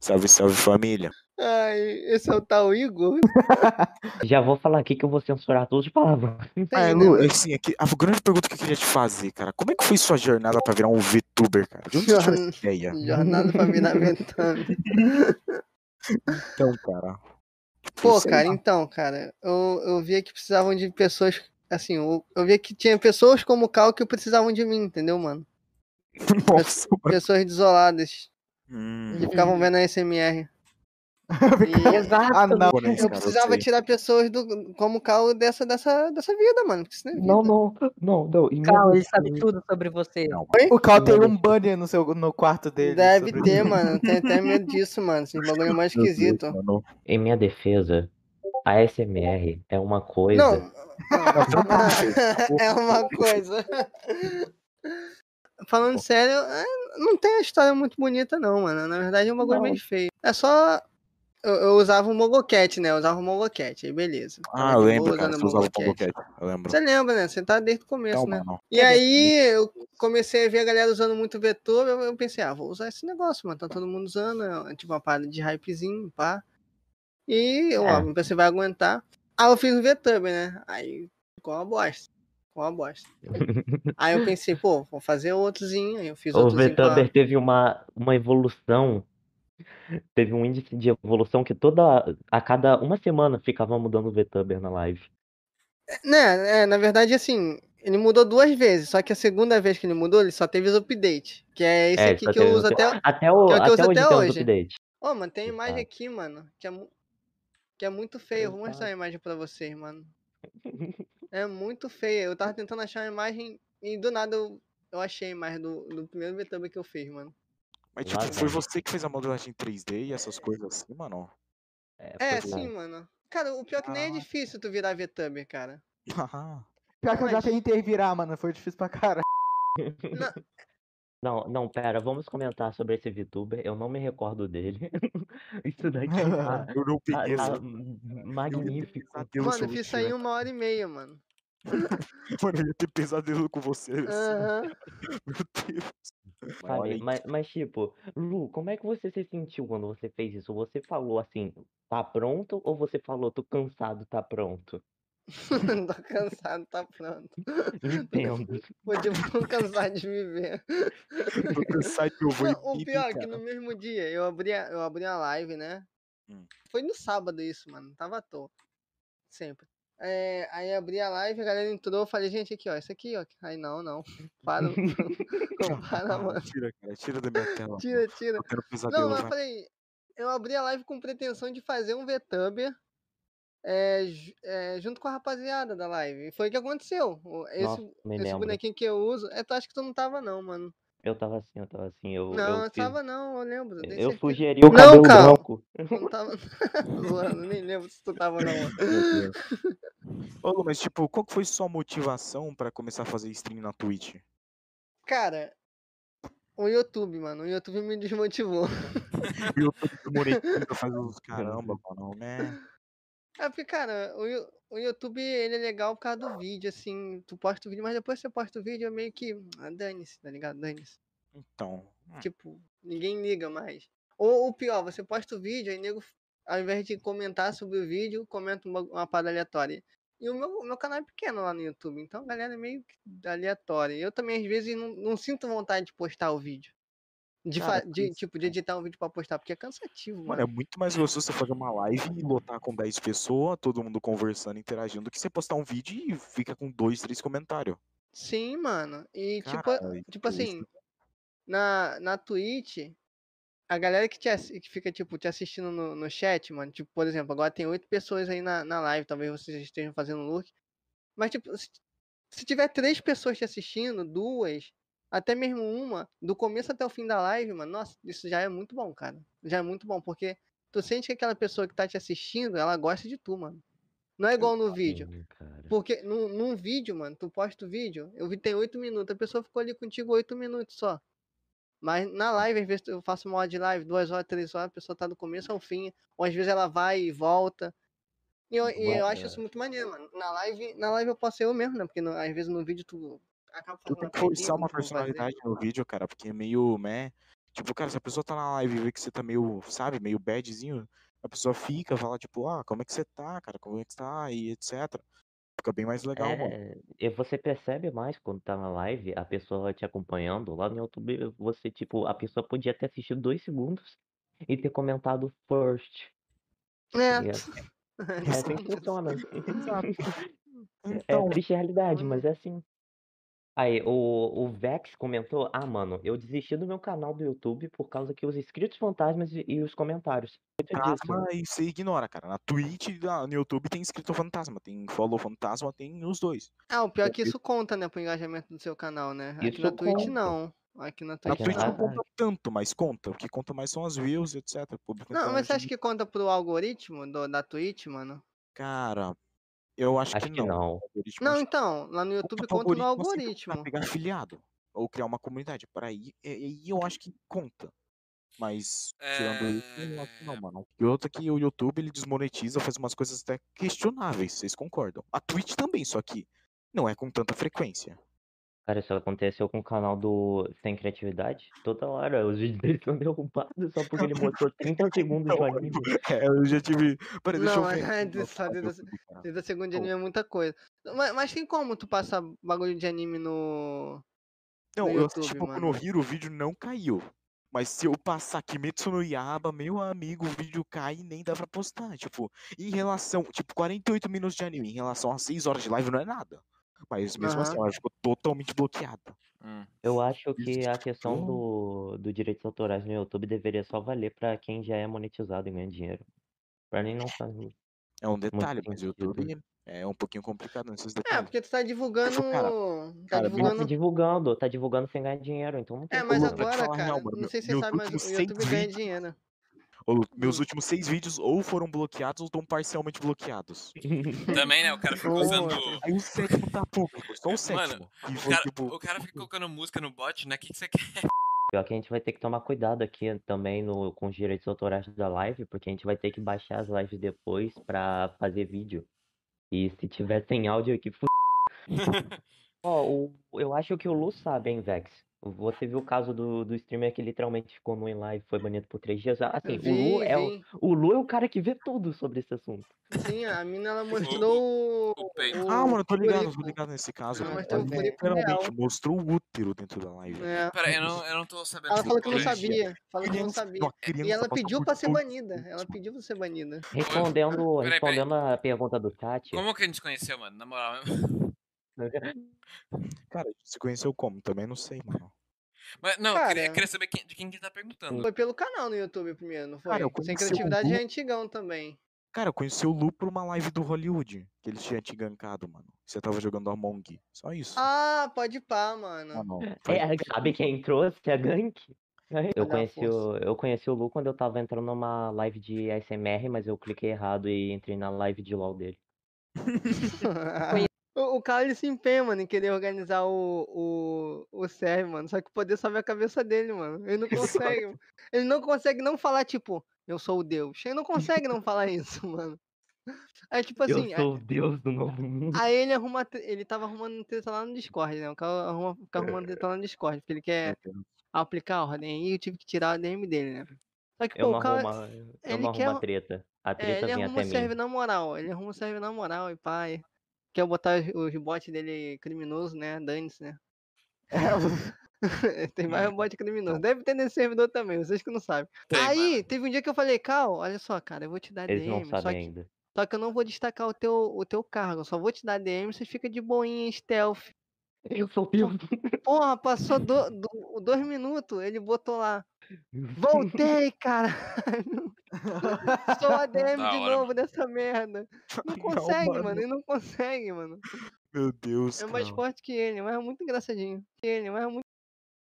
Salve, salve família. Ai, esse é o tal Igor. Já vou falar aqui que eu vou censurar todas as palavras. né, É, Lu, é assim, é que a grande pergunta que eu queria te fazer, cara, como é que foi sua jornada pra virar um VTuber, cara? De onde você tirou essa ideia? Jornada pra virar ventana. Então, cara. tipo, Pô, sei cara, lá. então, cara, eu, eu via que precisavam de pessoas. Assim, eu, eu via que tinha pessoas como o Cal que precisavam de mim, entendeu, mano? Nossa, mano. Pessoas desoladas Hum, que ficavam vendo a SMR. Exato. Ah, não. boa, né, cara, Eu precisava você- tirar pessoas do, como o Cal dessa, dessa, dessa vida, mano. Porque senão é vida. Não, não, não, não. E Cal, mesmo ele sabe assim, tudo sobre você. Não, O Cal tem um banner no, seu, no quarto dele. Deve sobre ter, isso. mano. Tem até medo disso, mano. Esse bagulho é mais meu Deus, esquisito. mano. Em minha defesa, a SMR é uma coisa. Não. todo mundo Ah, fez. é uma coisa. Falando sério, é, não tem uma história muito bonita, não, mano. Na verdade é um bagulho Não. meio feio. É só. Eu, eu usava o Mogocat, né? Eu usava o Mogocat, aí beleza. Ah, Tava de né, lembro, boa cara, usando você usava o Pogocat. Eu lembro. Você lembra, né? Você tá desde o começo, Então, né? mano. É E aí eu comecei a ver a galera usando muito vetor, eu, eu pensei, ah, vou usar esse negócio, mano, tá todo mundo usando, é tipo uma parada de hypezinho, pá. E eu, É. ó, você vai aguentar. Ah, eu fiz o VTub, né? Aí ficou uma bosta. Ficou uma bosta. Aí eu pensei, pô, vou fazer outrozinho, aí eu fiz O outrozinho. com a- VTuber teve uma, uma evolução, teve um índice de evolução que toda a cada uma semana ficava mudando o VTuber na live. Né, é, na verdade, assim, ele mudou duas vezes, só que a segunda vez que ele mudou, ele só teve os update. Que é esse É, aqui só que eu teve uso update. até, Até, o, Que é o que eu até uso hoje até tem um hoje. update. Ô, mano, tem uma Exato. imagem aqui, mano, que é, mu- que é muito feia. Eu vou mostrar a imagem pra vocês, mano. É muito feia. Eu tava tentando achar uma imagem e do nada eu, eu achei a imagem do, do primeiro VTube que eu fiz, mano. Mas, tipo, Lá, foi mano. você que fez a modelagem 3D e essas coisas assim, mano? É, foi sim, verdade. mano. Cara, o pior é que nem é Caraca. difícil tu virar VTuber, cara. Ah, Pior que eu já tentei virar, mano. Foi difícil pra caralho. Não, não, pera, vamos comentar sobre esse VTuber. Eu não me recordo dele. Isso daqui tá, eu não tá- peguei tá essa. Eu ia ter magnífico. pesadelo se mano, eu eu fiz isso aí tivesse- uma hora e meia, mano. Mano, eu ia ter pesadelo com você. assim, Aham. Meu Deus. Sabe? Olha aí. Mas, mas, tipo, Lu, como é que você se sentiu quando você fez isso? Você falou assim, tá pronto? Ou você falou, tô cansado, tá pronto? Tô cansado, tá pronto. Entendo. Vou de vou cansar de viver. Tô cansado de ouvir. Não, o pior é que no mesmo dia eu abri a, eu abri a live, né? Hum. Foi no sábado isso, mano. Tava à toa. Sempre. É, aí eu abri a live, a galera entrou, eu falei, gente, aqui, ó, isso aqui, ó. Aí não, não. Para, não, para, mano. Tira, cara. Tira da minha tela. tá Tira, tira. Eu quero Não, tá pesadelo. mas eu vai. falei, eu abri a live com pretensão de fazer um VTuber. é, ju- é, junto com a rapaziada da live. E foi o que aconteceu. O- Esse, Nossa, me esse lembro. bonequinho que eu uso. É, tu acha que tu não tava, não, mano. Eu tava assim, eu tava assim. Eu, não, eu, eu fiz- É, tava, não, eu lembro. tenho eu certeza. sugeri o Não, cabelo Cal. branco. Não tava. Zoando, nem lembro se tu tava ou não. Meu Deus. Ô, Lu, mas tipo, qual que foi sua motivação pra começar a fazer stream na Twitch? Cara, o YouTube, mano. O YouTube me desmotivou. E eu demorei pra fazer os caramba, mano, né? É porque, cara, o, Yo- o YouTube ele é legal por causa do vídeo, assim. Tu posta o vídeo, mas depois que você posta o vídeo, é meio que. Ah, dane-se, tá ligado? Dane-se. Então. hum, Tipo, ninguém liga mais. Ou o pior, você posta o vídeo, aí nego, ao invés de comentar sobre o vídeo, comenta uma, uma parada aleatória. E o meu, o meu canal é pequeno lá no YouTube, então a galera é meio que aleatória. Eu também, às vezes, não, não sinto vontade de postar o vídeo. De, Cara, fa- de, pois tipo, de editar um vídeo pra postar, porque é cansativo, Mano, mano. é muito mais gostoso você fazer uma live e lotar com 10 pessoas, todo mundo conversando, interagindo, do que você postar um vídeo e fica com dois, três comentários. Sim, mano. E, tipo, Cara, tipo isso- assim, na, na Twitch, a galera que, te, assi- que fica, tipo, te assistindo no, no chat, mano, tipo, por exemplo, agora tem oito pessoas aí na, na live, talvez vocês estejam fazendo look. Mas, tipo, se, se tiver três pessoas te assistindo, duas, até mesmo uma, do começo até o fim da live, mano, nossa, isso já é muito bom, cara. Já é muito bom, porque tu sente que aquela pessoa que tá te assistindo, ela gosta de tu, mano. Não é igual no vídeo. Sim, Hum, cara. Porque num, num vídeo, mano, tu posta o vídeo, eu vi tem oito minutos, a pessoa ficou ali contigo oito minutos só. Mas na live, às vezes eu faço uma hora de live, duas horas, três horas, a pessoa tá do começo ao fim, ou às vezes ela vai e volta. E eu, e eu acho isso Verdade. muito maneiro, mano. Na live, na live eu posso ser eu mesmo, né? Porque no- às vezes no vídeo tu acaba Tu fazendo tem uma que piadinha, forçar uma como tu vai fazer. personalidade no vídeo, cara, porque é meio, né? Tipo, cara, se a pessoa tá na live e vê que você tá meio, sabe, meio badzinho, a pessoa fica, fala, tipo, ah, como é que você tá, cara? Como é que você tá? E etc. Fica bem mais legal, mano. É, e você percebe mais quando tá na live, a pessoa te acompanhando. Lá no YouTube, você, tipo, a pessoa podia ter assistido dois segundos e ter comentado first. tá É. ligado? É assim que funciona. É Então, triste a realidade, mas é assim. Aí, o, o Vex comentou: Ah, mano, eu desisti do meu canal do YouTube por causa que os inscritos fantasmas e, e os comentários. é Muito disso. fantasma e você ignora, cara. Na Twitch e na- no YouTube tem escrito fantasma, tem follow fantasma, tem os dois. Ah, o pior é que isso conta, né, pro engajamento do seu canal, né? Aqui Isso na Twitch conta. não. Tá Aqui Ah, na Na Twitch Twitch não não. conta tanto, mas conta. O que conta mais são as views, etc. Público Não, mas você interagindo. acha que conta pro algoritmo do- da Twitch, mano? Cara, eu acho, Acho que que não. não. Algoritmo, Não, acho que então, lá no YouTube pro conta no algoritmo, assim, pra algoritmo. pegar afiliado ou criar uma comunidade. Para aí, é- aí eu acho que conta. Mas, tirando isso, eu acho que É. não, mano. E outra que o YouTube ele desmonetiza, faz umas coisas até questionáveis, vocês concordam? A Twitch também, só que não é com tanta frequência. Cara, isso aconteceu com o canal do Sem Criatividade. Toda hora os vídeos dele são derrubados só porque ele mostrou 30 segundos de um anime. É, eu já tive. Peraí, deixa Não, eu ver. é aqui, de- nossa, sabe, meu das- YouTube, cara. 30 segundos de Pô. anime é muita coisa. Mas, mas tem como tu passar bagulho de anime no. Não, eu assisti YouTube, Boku mano. no Hero, o vídeo não caiu. Mas se eu passar Kimetsu no Yaba, meu amigo, o vídeo cai e nem dá pra postar. Tipo, em relação, tipo, 48 minutos de anime, em relação a 6 horas de live não é nada. Mas mesmo assim, Aham. Hum. ela ficou totalmente bloqueada. Eu acho que a questão Hum. do, do direitos autorais no YouTube deveria só valer pra quem já é monetizado e ganha dinheiro. Pra mim não faz. muito- É um detalhe, mas o sentido. YouTube é um pouquinho complicado nesses É, detalhes. porque tu tá divulgando. cara, tá cara, Mas tá divulgando. divulgando, tá divulgando sem ganhar dinheiro, então não tem É, mas Lucas, vou te agora, falar a cara, real, mano, não sei se meus você sabe, mas últimos o YouTube 100 ganha vídeos- dinheiro. Ô, Hum. Meus últimos seis vídeos ou foram bloqueados ou estão parcialmente bloqueados. Também, né? O cara fica Boa. usando. Aí o sétimo tá público, só o sétimo. E O foi, cara, tipo, o cara fica colocando música no bot, né? O que, que você quer? Pior que a gente vai ter que tomar cuidado aqui também no, com os direitos autorais da live, porque a gente vai ter que baixar as lives depois pra fazer vídeo. E se tiver sem áudio aqui, fu... Ó, o- eu acho que o Lu sabe, hein, Vex? Você viu o caso do, do streamer que literalmente ficou nu em live, foi banido por três dias. Ah, Assim, o Lu, Vi, é o, vi. o Lu é o cara que vê tudo sobre esse assunto. Sim, a mina ela mostrou. O peito. Ah, mano, eu tô ligado, eu tô Furico. ligado nesse caso. Ela cara. É mostrou o né? Ele furico Literalmente real. mostrou o útero dentro da live. É. Pera, eu não, eu não tô sabendo. Ela do falou que não rolê. sabia. Falou que não Criança- sabia. uma criança E ela passou pediu por pra ser tudo. banida. Ela pediu pra ser banida. Respondendo, Peraí, peraí. respondendo a pergunta do chat, Como que a gente conheceu, mano? Na moral. Cara, se conheceu como? Também não sei, mano. Mas, não, eu Cara. queria, eu queria saber quem- de quem que tá perguntando. Foi pelo canal no YouTube primeiro, não foi? Cara, eu Sem conheci o criatividade é Gugu. antigão também. Cara, eu conheci o Lu por uma live do Hollywood, que ele tinha te gankado, mano. Você tava jogando Among. Só isso. Ah, pode pá, mano. Mano, foi- é, sabe quem trouxe a gank? Eu da conheci, o, força. eu conheci o Lu quando eu tava entrando numa live de ASMR, mas eu cliquei errado e entrei na live de LOL dele. o, o Carlos se empenha, mano, em querer organizar o, o, o serve, mano. Só que o poder sobe a cabeça dele, mano. Ele não consegue. mano. ele não consegue não falar, tipo, eu sou o Deus. Ele não consegue não falar isso, mano. É tipo assim, eu a- sou o deus do novo mundo. aí ele arruma. tre- Ele tava arrumando treta lá no Discord, né? O cara arruma, fica arrumando treta lá no Discord, porque ele quer aplicar a ordem. E eu tive que tirar a DM dele, né? Só que, Eu pô, não o cara. arrumo, a- eu ele não quer arrumo a um- treta. A É, treta ele vem arruma até um mim. serve na moral, ele arruma um serve na moral e pai. Quer botar os, os bots dele criminoso, né? Dane-se, né? Tem mais bot criminoso. Deve ter nesse servidor também, vocês que não sabem. Tem, Aí, mano. teve um dia que eu falei, Cal, olha só, cara, eu vou te dar Eles DM, não só, sabem que, ainda. só que eu não vou destacar o teu, o teu cargo, eu só vou te dar DM, você fica de boinha, stealth. Eu sou o Tipo, deus. Porra, passou do- do- dois minutos, ele botou lá. Voltei, cara! Sou ADM Da de hora, novo dessa merda. Não consegue, mano. Ele não consegue, mano. Meu Deus. É mais cara. forte que ele, mas é muito engraçadinho. Que Ele, mas é muito